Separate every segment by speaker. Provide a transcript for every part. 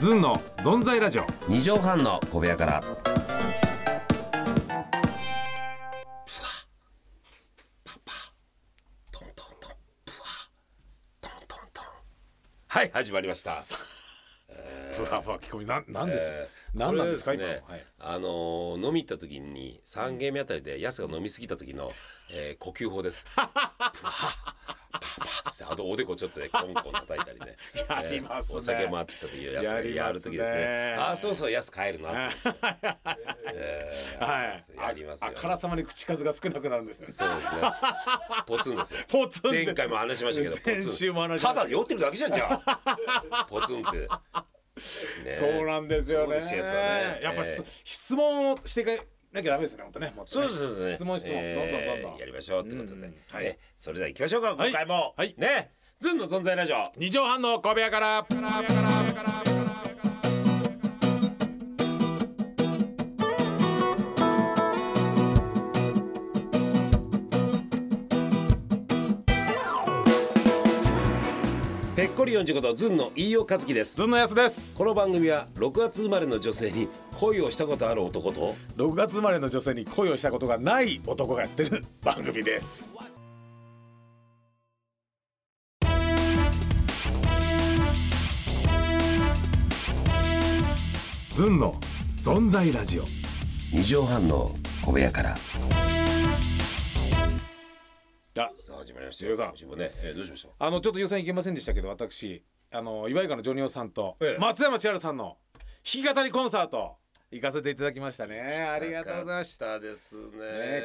Speaker 1: ずんのぞんざいラジオ
Speaker 2: 二畳半の小部屋から。はい始まりました。
Speaker 1: ふわふわ聞こえななんですよ、
Speaker 2: えー
Speaker 1: なんなんですか
Speaker 2: これはね
Speaker 1: 今のはい
Speaker 2: あのー飲み行った時に三軒目あたりでやすが飲み過ぎた時の、えー呼吸法です。プハッパッパッつってあとおでこちょっとねコンコン叩いたりね。
Speaker 1: やりますね
Speaker 2: お酒回ってきた時やすが
Speaker 1: やりますね
Speaker 2: やる時ですね。ああそろそろやす帰るなと思って。
Speaker 1: はい
Speaker 2: やります
Speaker 1: あ
Speaker 2: よ
Speaker 1: あからさまに口数が少なくなるん ですね
Speaker 2: そうですね。ポツンですよ。
Speaker 1: ポツンです
Speaker 2: 前回も話しましたけど、ポツン
Speaker 1: 先週も話しました
Speaker 2: ただ酔ってるだけじゃんじゃ あ。ポツンって。ねえ
Speaker 1: そうなんですよね
Speaker 2: そうですよね
Speaker 1: やっぱ、
Speaker 2: ええ
Speaker 1: 質質問をしていかなきゃダメですね本当ねもっと
Speaker 2: そ
Speaker 1: ね
Speaker 2: うですそうですね。
Speaker 1: 質問質問、
Speaker 2: え
Speaker 1: どん
Speaker 2: え
Speaker 1: どんどんど
Speaker 2: や
Speaker 1: ん
Speaker 2: りましょうってことで、
Speaker 1: うんはい
Speaker 2: ねそれでは行きましょう
Speaker 1: は
Speaker 2: か
Speaker 1: い
Speaker 2: 今回も、
Speaker 1: はい
Speaker 2: ねずんの存在ラジオ。
Speaker 1: 二畳半の小部屋から
Speaker 2: ぺっこり四十ことずんの飯尾和樹です。
Speaker 1: ずんのやすです
Speaker 2: この番組は6月生まれの女性に恋をしたことある男と
Speaker 1: 6月生まれの女性に恋をしたことがない男がやってる番組ですずんの存在ラジオ
Speaker 2: 2畳半の小部屋から。
Speaker 1: あ
Speaker 2: さあ始まりました
Speaker 1: 飯尾
Speaker 2: よ。
Speaker 1: さん
Speaker 2: 今週もね、えーどうしました。
Speaker 1: あのちょっと予算いけませんでしたけど私あの岩井川のジョニオさんと
Speaker 2: ええ
Speaker 1: 松山千春さんの弾き語りコンサート行かせていただきましたねありがとうございまし
Speaker 2: 高かったですね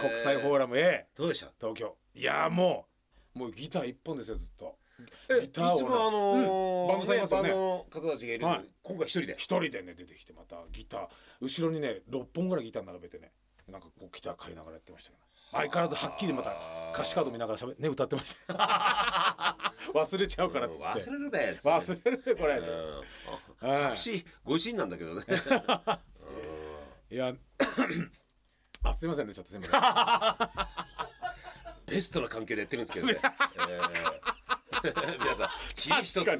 Speaker 1: た、ね、国際フォーラム A
Speaker 2: どうでした
Speaker 1: 東京いやーもうもうギター一本ですよずっと
Speaker 2: えい
Speaker 1: ギ
Speaker 2: つ
Speaker 1: ターをね
Speaker 2: もあのー
Speaker 1: うんバンドさんいますよね
Speaker 2: バンドの方たちがいる、
Speaker 1: はい
Speaker 2: 今回一人で
Speaker 1: 一人でね出てきてまたギター後ろにね6本ぐらいギター並べてねなんかこうギター買いながらやってましたけど相変わらずはっきりまた歌詞カード見ながらしゃべね歌ってました 忘れちゃうからっつって
Speaker 2: 忘れるべっつって
Speaker 1: 忘れるねこれ、
Speaker 2: うん、
Speaker 1: はい
Speaker 2: 作詞ご主人なんだけどね
Speaker 1: いやあすいませんねちょっとすいません
Speaker 2: ベストな環境でやってるんで すけどね、えー皆さん知恵一つない、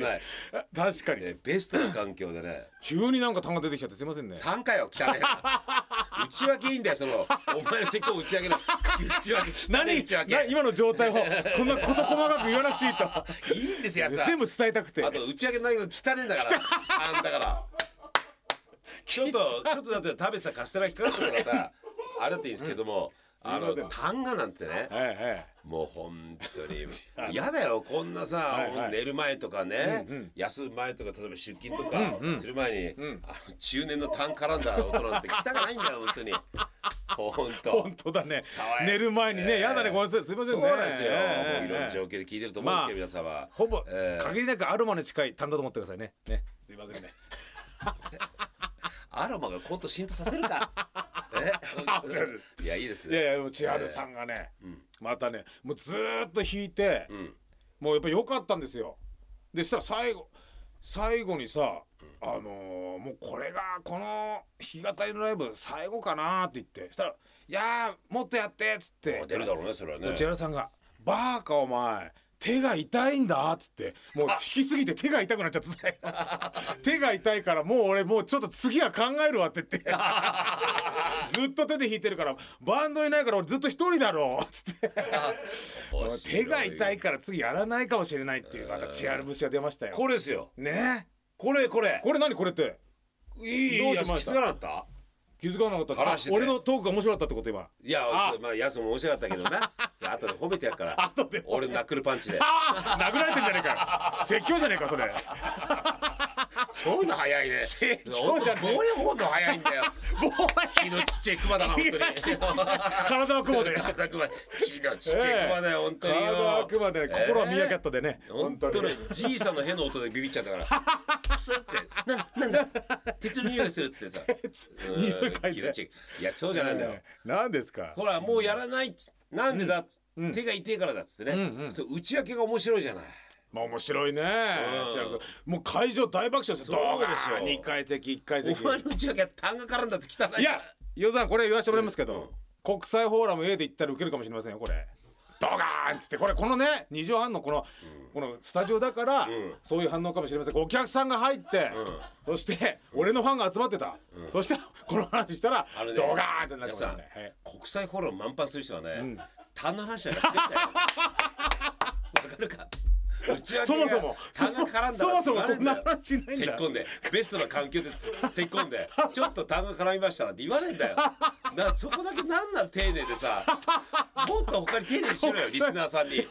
Speaker 1: 確かに
Speaker 2: ね、ベストな環境でね
Speaker 1: 急になんか単が出てきちゃってすいませんね
Speaker 2: 単価よ汚 ねえな内訳いいんだよそのお前のせっかく内訳の内訳汚い内
Speaker 1: な
Speaker 2: 訳
Speaker 1: 今の状態をこんな事細かく言わなくていいと
Speaker 2: いいんですよさ
Speaker 1: 全部伝えたくて
Speaker 2: あと打ち上げの内容が汚ねえんだから。あんだから。ちょっとちょっとだって食べてたカステラ引っかかったからさ、あれだっていいんですけども、あの
Speaker 1: すいま
Speaker 2: 単価なんてね、
Speaker 1: はいはい
Speaker 2: もう本当に嫌だよこんなさ、
Speaker 1: はいはい
Speaker 2: 寝る前とかね、
Speaker 1: うんうん
Speaker 2: 休む前とか例えば出勤とか
Speaker 1: うんうん
Speaker 2: する前に、
Speaker 1: ん
Speaker 2: あの中年の単価なんだ音なんて汚くないんだよ 本当に。本当
Speaker 1: 本。当だね
Speaker 2: 爽やか
Speaker 1: 寝る前に
Speaker 2: え
Speaker 1: ね
Speaker 2: え
Speaker 1: やだねごめんなさいすいません
Speaker 2: そう
Speaker 1: ね
Speaker 2: なんですよ。
Speaker 1: え
Speaker 2: もう
Speaker 1: え
Speaker 2: いろんな状況で聞いてると思うんですけど、皆様。
Speaker 1: ほぼ
Speaker 2: ええ
Speaker 1: 限りなくアロマに近い単だと思ってくださいねねすいませんね
Speaker 2: アロマがコント浸透させる か。
Speaker 1: あすいま
Speaker 2: えいやいいです
Speaker 1: いやい
Speaker 2: ね。
Speaker 1: やでも千春さんがね
Speaker 2: うん
Speaker 1: またねもうずーっと弾いて
Speaker 2: うん。
Speaker 1: もうやっぱ良かったんですよでしたら最後最後にさあのーもうこれがこの日がたりのライブ最後かなーって言ってしたら「いやーもっとやって」っつって
Speaker 2: 出るだろうねそれはね。
Speaker 1: 内 原さんが「バーカお前手が痛いんだ」っつってもう弾きすぎて手が痛くなっちゃってさ 手が痛いからもう俺もうちょっと次は考えるわって言ってずっと手で弾いてるからバンドいないから俺ずっと一人だろうっつって
Speaker 2: 面白
Speaker 1: 手が痛い。から次やらないかもしれないっていうまたチアル節が出ましたよ。
Speaker 2: これですよ。
Speaker 1: ね
Speaker 2: これこれ。
Speaker 1: これ何これって
Speaker 2: いい
Speaker 1: どうしま
Speaker 2: や
Speaker 1: した
Speaker 2: つきつかなかった。
Speaker 1: 気づかなかった
Speaker 2: 話して
Speaker 1: あ
Speaker 2: て
Speaker 1: 俺のトークが面白かったってこと 今
Speaker 2: いや
Speaker 1: あ
Speaker 2: まあやすも面白かったけどな。あとで褒めてやるから。
Speaker 1: 後で
Speaker 2: 俺のナックルパンチで。
Speaker 1: ああ殴られてんじゃねえかよ説教じゃねえかそれ
Speaker 2: そういうの早いね。
Speaker 1: 成長じゃねえ
Speaker 2: 俺どういう方の早いんだよ。
Speaker 1: もう
Speaker 2: 気のちっちゃいクマだな本当に。
Speaker 1: 体は雲で
Speaker 2: 体クマ。気のちっちゃいクマだよ本当によ。
Speaker 1: 体はあくまでね心はミヤキャットでね、
Speaker 2: 本当にじいさんのへの音でビビっちゃった からプスってななんだ鉄の匂いするっつってさうん
Speaker 1: 匂い嗅いで
Speaker 2: 気がちいいやそうじゃないんだよ
Speaker 1: ね何ですか
Speaker 2: ほらもうやらないっつなんでだ
Speaker 1: ん
Speaker 2: 手が痛いからだっつって
Speaker 1: うん
Speaker 2: ね
Speaker 1: うん
Speaker 2: そう内訳が面白いじゃない
Speaker 1: まあ面白いね、
Speaker 2: うん
Speaker 1: 千春君もう会場大爆笑ですよ
Speaker 2: そうですよ
Speaker 1: 動画二階席一階
Speaker 2: お
Speaker 1: 席
Speaker 2: 前の内訳は単が絡んだって汚い
Speaker 1: いや、予算これ言わせてもらいますけど、
Speaker 2: うん
Speaker 1: 国際フォーラム A で言ったら受けるかもしれませんよこれドガーンっつってこれこのね2畳半のこのこのスタジオだから
Speaker 2: ん
Speaker 1: そういう反応かもしれませんがお客さんが入ってそして俺のファンが集まってたそしてこの話したら
Speaker 2: あのね
Speaker 1: ドガーンってなってました
Speaker 2: さ
Speaker 1: ねはい
Speaker 2: 国際フォロー満帆する人はね、
Speaker 1: ん
Speaker 2: 単の話なんか してんだよわかるか打ち上げが
Speaker 1: そもそも
Speaker 2: 単が絡んだら
Speaker 1: そもそも
Speaker 2: って
Speaker 1: こんな
Speaker 2: るだよ
Speaker 1: 話しないん
Speaker 2: せっ
Speaker 1: だ
Speaker 2: こんでベストな環境でせっこんでちょっと単が絡みましたなんて言わねえんだよなそこだけなんなら丁寧でさもっと他に丁寧にしろよリスナーさんに。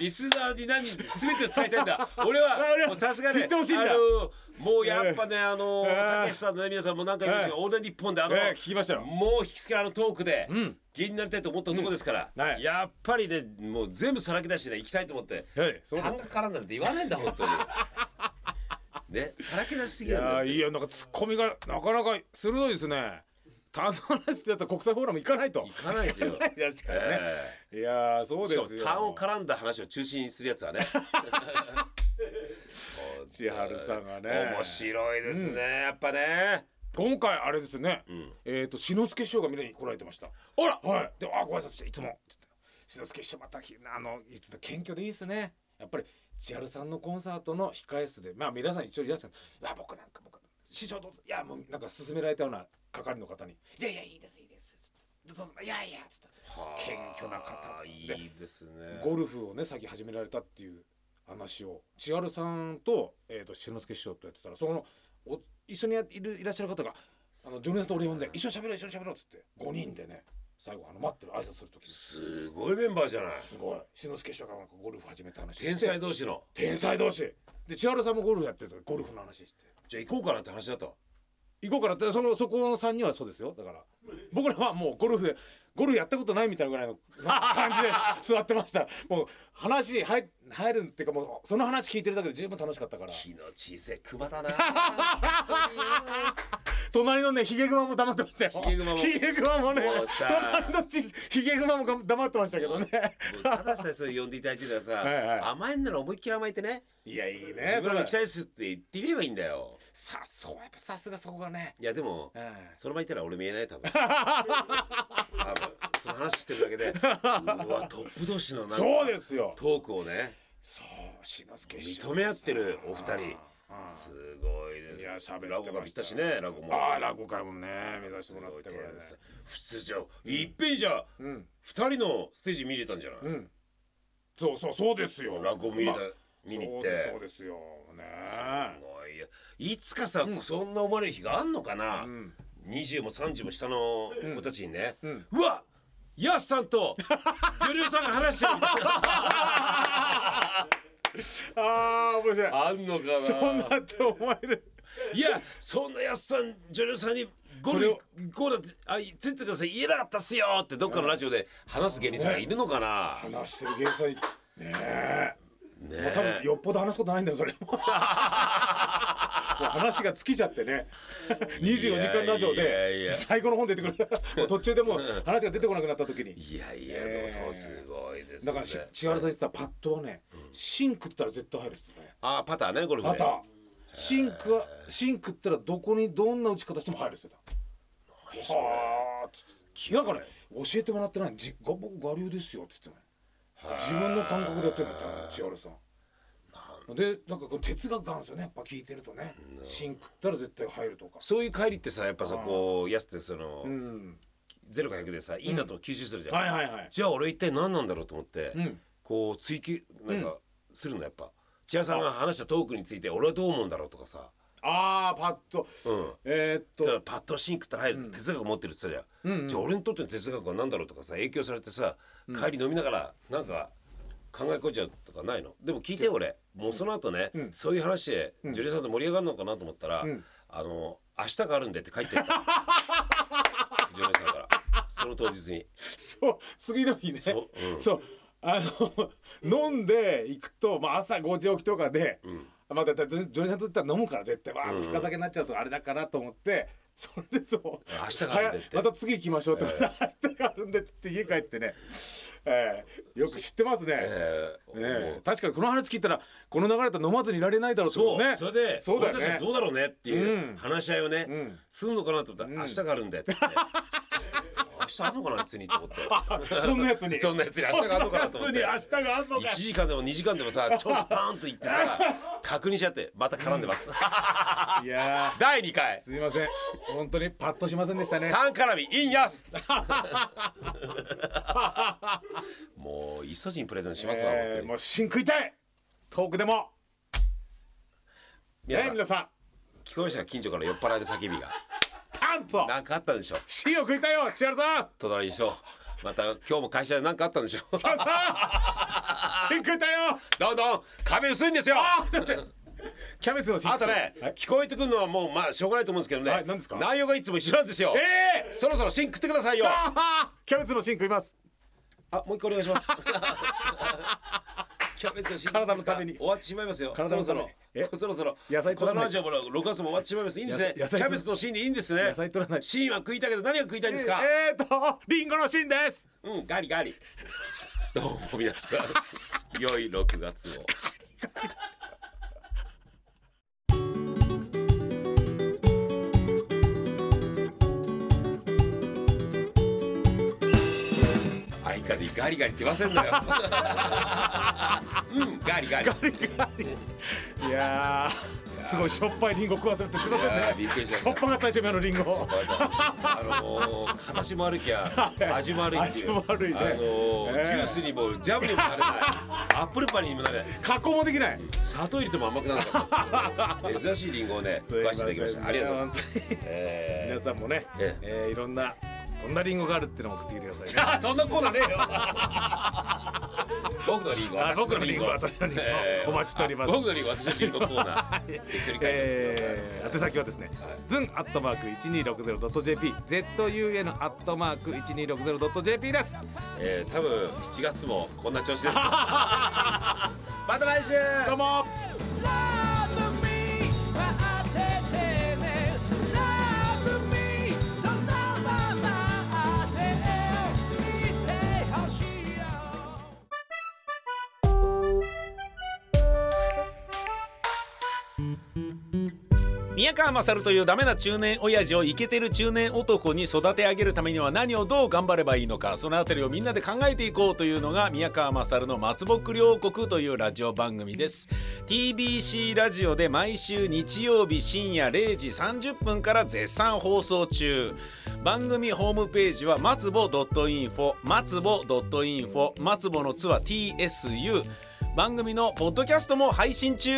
Speaker 2: リスナーに何全てを伝えたいんだ俺
Speaker 1: 俺
Speaker 2: は
Speaker 1: は
Speaker 2: もうさすが
Speaker 1: 言
Speaker 2: ね
Speaker 1: ってほしいんだ
Speaker 2: あのもうやっぱねあの
Speaker 1: ええ
Speaker 2: たけしさんのね皆さんも何回も言いましたけど「オールナイトニッポン」であの、
Speaker 1: ええ聞きましたよ
Speaker 2: もう引きつけられのトークで
Speaker 1: ん
Speaker 2: 芸人になりたいと思った男ですから、
Speaker 1: うんはい
Speaker 2: やっぱりねもう全部さらけ出してね行きたいと思って
Speaker 1: はいそうで
Speaker 2: 単
Speaker 1: す
Speaker 2: 価からなんて言わないんだ本 当にねさらけ出しす
Speaker 1: い
Speaker 2: ぎなんだ
Speaker 1: や
Speaker 2: よ
Speaker 1: ーいいよなんかツッコミがなかなか鋭いですね単の話ってやつは国際フォーラム行かないと
Speaker 2: 行かないですよ
Speaker 1: 確かに ね
Speaker 2: ええ
Speaker 1: いやーそう
Speaker 2: し
Speaker 1: で
Speaker 2: かも
Speaker 1: すよ
Speaker 2: 単を絡んだ話を中心にするやつはね
Speaker 1: 千春さんがね
Speaker 2: 面白いですね、やっぱね
Speaker 1: 今回あれですね、
Speaker 2: ん
Speaker 1: えっ、と志の輔師匠が見に来られてました
Speaker 2: ほら
Speaker 1: はいで「あご挨拶していつも」つって「志の輔師匠またひあの言ってた謙虚でいいですねやっぱり千春さんのコンサートの控え室でまあ皆さん一応いらっしゃるいや僕なんか僕師匠どうぞいやもうなんか勧められたような係の方に「いやいやいいですいいです」つってどうぞいやいや」つって謙虚な方
Speaker 2: あー
Speaker 1: で
Speaker 2: いいですね
Speaker 1: ゴルフをね先始められたっていう話を千春さんと,、えー、と志の輔師匠とやってたらそのお一緒にやいるいらっしゃる方があのジョニオさんと俺呼んで「一緒に喋ろう一緒に喋ろう」っつって5人でね最後あの待ってる挨拶する時にす
Speaker 2: すごいメンバーじゃない
Speaker 1: ごい志の輔師匠がなんかゴルフ始めた話して
Speaker 2: 天才同士の
Speaker 1: 天才同士で千春さんもゴルフやってるとゴルフの話して
Speaker 2: じゃあ行こうかなって話 だと
Speaker 1: 行こうからってそのそこの3人はそうですよだから僕らはもうゴルフでゴルフやったことないみたいなぐらいのなんか感じで 座ってましたもう話入入るっていうかもうその話聞いてるだけで十分楽しかったから
Speaker 2: 気の小さいクマだな
Speaker 1: 隣のねヒゲグマも黙ってましたよ
Speaker 2: ヒゲグマも
Speaker 1: ヒゲグマもね
Speaker 2: もうさ
Speaker 1: 隣のちヒゲグマもが黙ってましたけどね
Speaker 2: もうたださえそれ呼んでいただいてたらさ
Speaker 1: はいはい
Speaker 2: 甘えんなら思いっきり甘えてね
Speaker 1: いやいいね
Speaker 2: 自
Speaker 1: そ
Speaker 2: 分ら
Speaker 1: れ
Speaker 2: が期待ですって言ってみればいいんだよ
Speaker 1: さそうやっぱさすがそこがね、
Speaker 2: いやでも
Speaker 1: うん、
Speaker 2: その場にいたら俺見えな い多分多分その話してるだけでうわトップ同士のなんか
Speaker 1: そうですよ
Speaker 2: トークをね
Speaker 1: そう志の輔師匠
Speaker 2: 認め合ってるお二人
Speaker 1: あ
Speaker 2: すごいです
Speaker 1: いや喋ってました
Speaker 2: ラゴが見たしねラゴも
Speaker 1: あー落語会もね目指してもらっ
Speaker 2: すごい
Speaker 1: て
Speaker 2: 手
Speaker 1: こ
Speaker 2: 伝
Speaker 1: れね
Speaker 2: いです普通じゃいっぺんじゃ
Speaker 1: うん
Speaker 2: 二人のステージ見れたんじゃな
Speaker 1: う
Speaker 2: い
Speaker 1: んそうそうそうですよ
Speaker 2: 落語見れた
Speaker 1: まあ
Speaker 2: 見に行
Speaker 1: そう
Speaker 2: って
Speaker 1: ですそうですよね
Speaker 2: すごいよいつかさそんな思われる日があんのかな
Speaker 1: うん
Speaker 2: 20も30も下の子たちにね
Speaker 1: うん
Speaker 2: うわヤスさんとジョリオさんが話してるみたいな
Speaker 1: あ あ面白い
Speaker 2: あんのかな
Speaker 1: そんなって思える
Speaker 2: いやそんなやすさん女優さんにゴルフこうだってあついてください言えなかったっすよってどっかのラジオで話す芸人さんがいるのかな、
Speaker 1: 話してる芸才ねえ
Speaker 2: ね
Speaker 1: もう多分よっぽど話すことないんだよそれ ももう話が尽きちゃってね24時間ラジオ
Speaker 2: いやい
Speaker 1: で
Speaker 2: や
Speaker 1: 最後の本出てくる もう途中でもう話が出てこなくなった時に
Speaker 2: いやいやでもそうすごいですね
Speaker 1: だからし千原さん言ってたパッドはねシンクったら絶対入るっすね
Speaker 2: あパターねゴルフ
Speaker 1: パ
Speaker 2: で
Speaker 1: ターシンクはシンクったらどこにどんな打ち方しても入るっすよはあなんかね教えてもらってないじが僕我流ですよっつってね自分の感覚でやってるんだって千原さんでなんかこう哲学があるんですよねやっぱ聞いてるとねシンクったら絶対入るとか
Speaker 2: そういう帰りってさやっぱさこうやすってその、
Speaker 1: うん
Speaker 2: ゼロか100でさいいなと吸収するじゃん、
Speaker 1: はいはいはい
Speaker 2: じゃあ俺一体何なんだろうと思って、
Speaker 1: ん
Speaker 2: こう追求なんかするのやっぱ千原さんが話したトークについて俺はどう思うんだろうとかさ
Speaker 1: ああパッと
Speaker 2: うん
Speaker 1: えーっ
Speaker 2: だか
Speaker 1: と
Speaker 2: らパッとシンクったら入る哲学持ってるって言ってたじゃん、
Speaker 1: うんうん
Speaker 2: じゃあ俺にとっての哲学は何だろうとかさ影響されてさ帰り飲みながらなんか考え込んじゃうとかないのでも聞いて俺もうその後ね、
Speaker 1: ん
Speaker 2: そういう話でジュリーさんと盛り上がるのかなと思ったら、
Speaker 1: ん
Speaker 2: あの明日があるんでって帰って ったんですよジュリーさんからその当日に
Speaker 1: そう次の日ね
Speaker 2: そ
Speaker 1: そう
Speaker 2: うん
Speaker 1: う,、あの 飲んで行くと、まあ、朝5時起きとかで、まあ、だってジョニーさんとったら飲むから絶対わー深酒になっちゃうとあれだからと思って それでそう
Speaker 2: 明日があるんでって
Speaker 1: 早また次行きましょうって、また明日があるんでって言って家帰ってね、えーよく知ってますね。
Speaker 2: え
Speaker 1: ね
Speaker 2: ーも
Speaker 1: え
Speaker 2: う
Speaker 1: 確かにこの話聞いたらこの流れだと飲まずにいられないだろうと
Speaker 2: そう、
Speaker 1: 思ね
Speaker 2: それで、
Speaker 1: そうだ
Speaker 2: 俺
Speaker 1: よ
Speaker 2: たちは
Speaker 1: ね
Speaker 2: どうだろうねっていう
Speaker 1: うん
Speaker 2: 話し合いをね、
Speaker 1: ん
Speaker 2: すんのかなと思ったら、明日があるんだよっつって、明日あんのかな別にと思って
Speaker 1: そんなやつに
Speaker 2: そんなやつに明日があんのかなと思って
Speaker 1: そんなやつに明日があんのか
Speaker 2: 1時間でも2時間で もさちょっとパーンと行ってさ確認しちゃってまた絡ん でます
Speaker 1: いや
Speaker 2: 第2回
Speaker 1: ーすいません本当にパッとしませんでしたね
Speaker 2: タン絡みインヤ スもうイソジンプレゼントしますわ、
Speaker 1: えー
Speaker 2: 本当
Speaker 1: も
Speaker 2: に
Speaker 1: う新食いたい遠くでも
Speaker 2: 皆
Speaker 1: ね
Speaker 2: さん
Speaker 1: 皆さん
Speaker 2: 聞こえましたか近所から酔っ払いの叫び が
Speaker 1: タンと
Speaker 2: なんかあったんでしょ
Speaker 1: 芯を食いたいよ千原さん
Speaker 2: 隣でしょまた今日も会社でなんかあったんでしょ
Speaker 1: 千原さん新食いたいよ
Speaker 2: どんどん壁薄いんです よ
Speaker 1: あーちょっと待ってキャベツの芯
Speaker 2: あとね、
Speaker 1: はい
Speaker 2: 聞こえてくるのはもうまあしょうがないと思うんですけどね、
Speaker 1: はい何ですか
Speaker 2: 内容がいつも一緒なんですよ
Speaker 1: え
Speaker 2: そろそろシン食ってくださいよ
Speaker 1: ー、あー キャベツの芯食います
Speaker 2: あ、もう一個お願いします。 キャベツの新
Speaker 1: 体のために
Speaker 2: 終わってしまいますよ。
Speaker 1: 体のた
Speaker 2: そ
Speaker 1: め
Speaker 2: ろ
Speaker 1: に
Speaker 2: そろ
Speaker 1: え
Speaker 2: そろそろ
Speaker 1: 野菜
Speaker 2: こ
Speaker 1: 取ら
Speaker 2: の
Speaker 1: ない
Speaker 2: ラジオも6月も終わってしまいます。いいんですね。キ
Speaker 1: 野菜取ら
Speaker 2: ャベツの芯でいいんですね
Speaker 1: 野。菜取らない
Speaker 2: 芯は食いたいけど何が食いたいんですか。
Speaker 1: えー、とリンゴの芯です
Speaker 2: うん、ガリガリ。 どうも皆さ ん、良い6月を。相方にガリガリって言わせん だよ。うん、ガリガリ。
Speaker 1: いやーすごいしょっぱいリンゴ食わせるってすいません
Speaker 2: いや
Speaker 1: ね
Speaker 2: ーびっくりしまし
Speaker 1: したょっぱかったでしょ今のリンゴ
Speaker 2: あのー形も悪きゃ味も悪いっていう
Speaker 1: 味も悪いね
Speaker 2: あのー
Speaker 1: ええ
Speaker 2: ジュースにもジャムにもなれないアップルパイにもなれない
Speaker 1: 加工もできない
Speaker 2: 砂糖入れても甘くなるから 珍しいリンゴをね食わせていただきましたありがとうございます
Speaker 1: すいません
Speaker 2: え
Speaker 1: 皆さ んもね、
Speaker 2: え
Speaker 1: えーいろんなこんなリンゴがあるっていうのを送ってきてくださいね
Speaker 2: ーそんなコーナーねえよ僕のリンゴ
Speaker 1: あ僕のリンゴ私のリンゴお待ちしております
Speaker 2: 僕のリンゴ私のリンゴコーナー適当に書いてみてください、
Speaker 1: えー、宛先はですね、ズンアットマーク一二六ゼロドット JP、ZUN アットマーク一二六ゼロドット JP です。
Speaker 2: えー多分7月もこんな調子です また来週
Speaker 1: どうも。
Speaker 3: Love me, ah ah, Love me, so now ah ah, ah ah,
Speaker 4: 「宮川勝というダメな中年親父をイケてる中年男に育て上げるためには何をどう頑張ればいいのかそのあたりをみんなで考えていこうというのが宮川勝の「松ぼっくり王国」というラジオ番組です TBC ラジオで毎週日曜日深夜0時30分から絶賛放送中番組ホームページは松ぼ .info 松ぼ .info 松ぼのつは TSU 番組のポッドキャストも配信中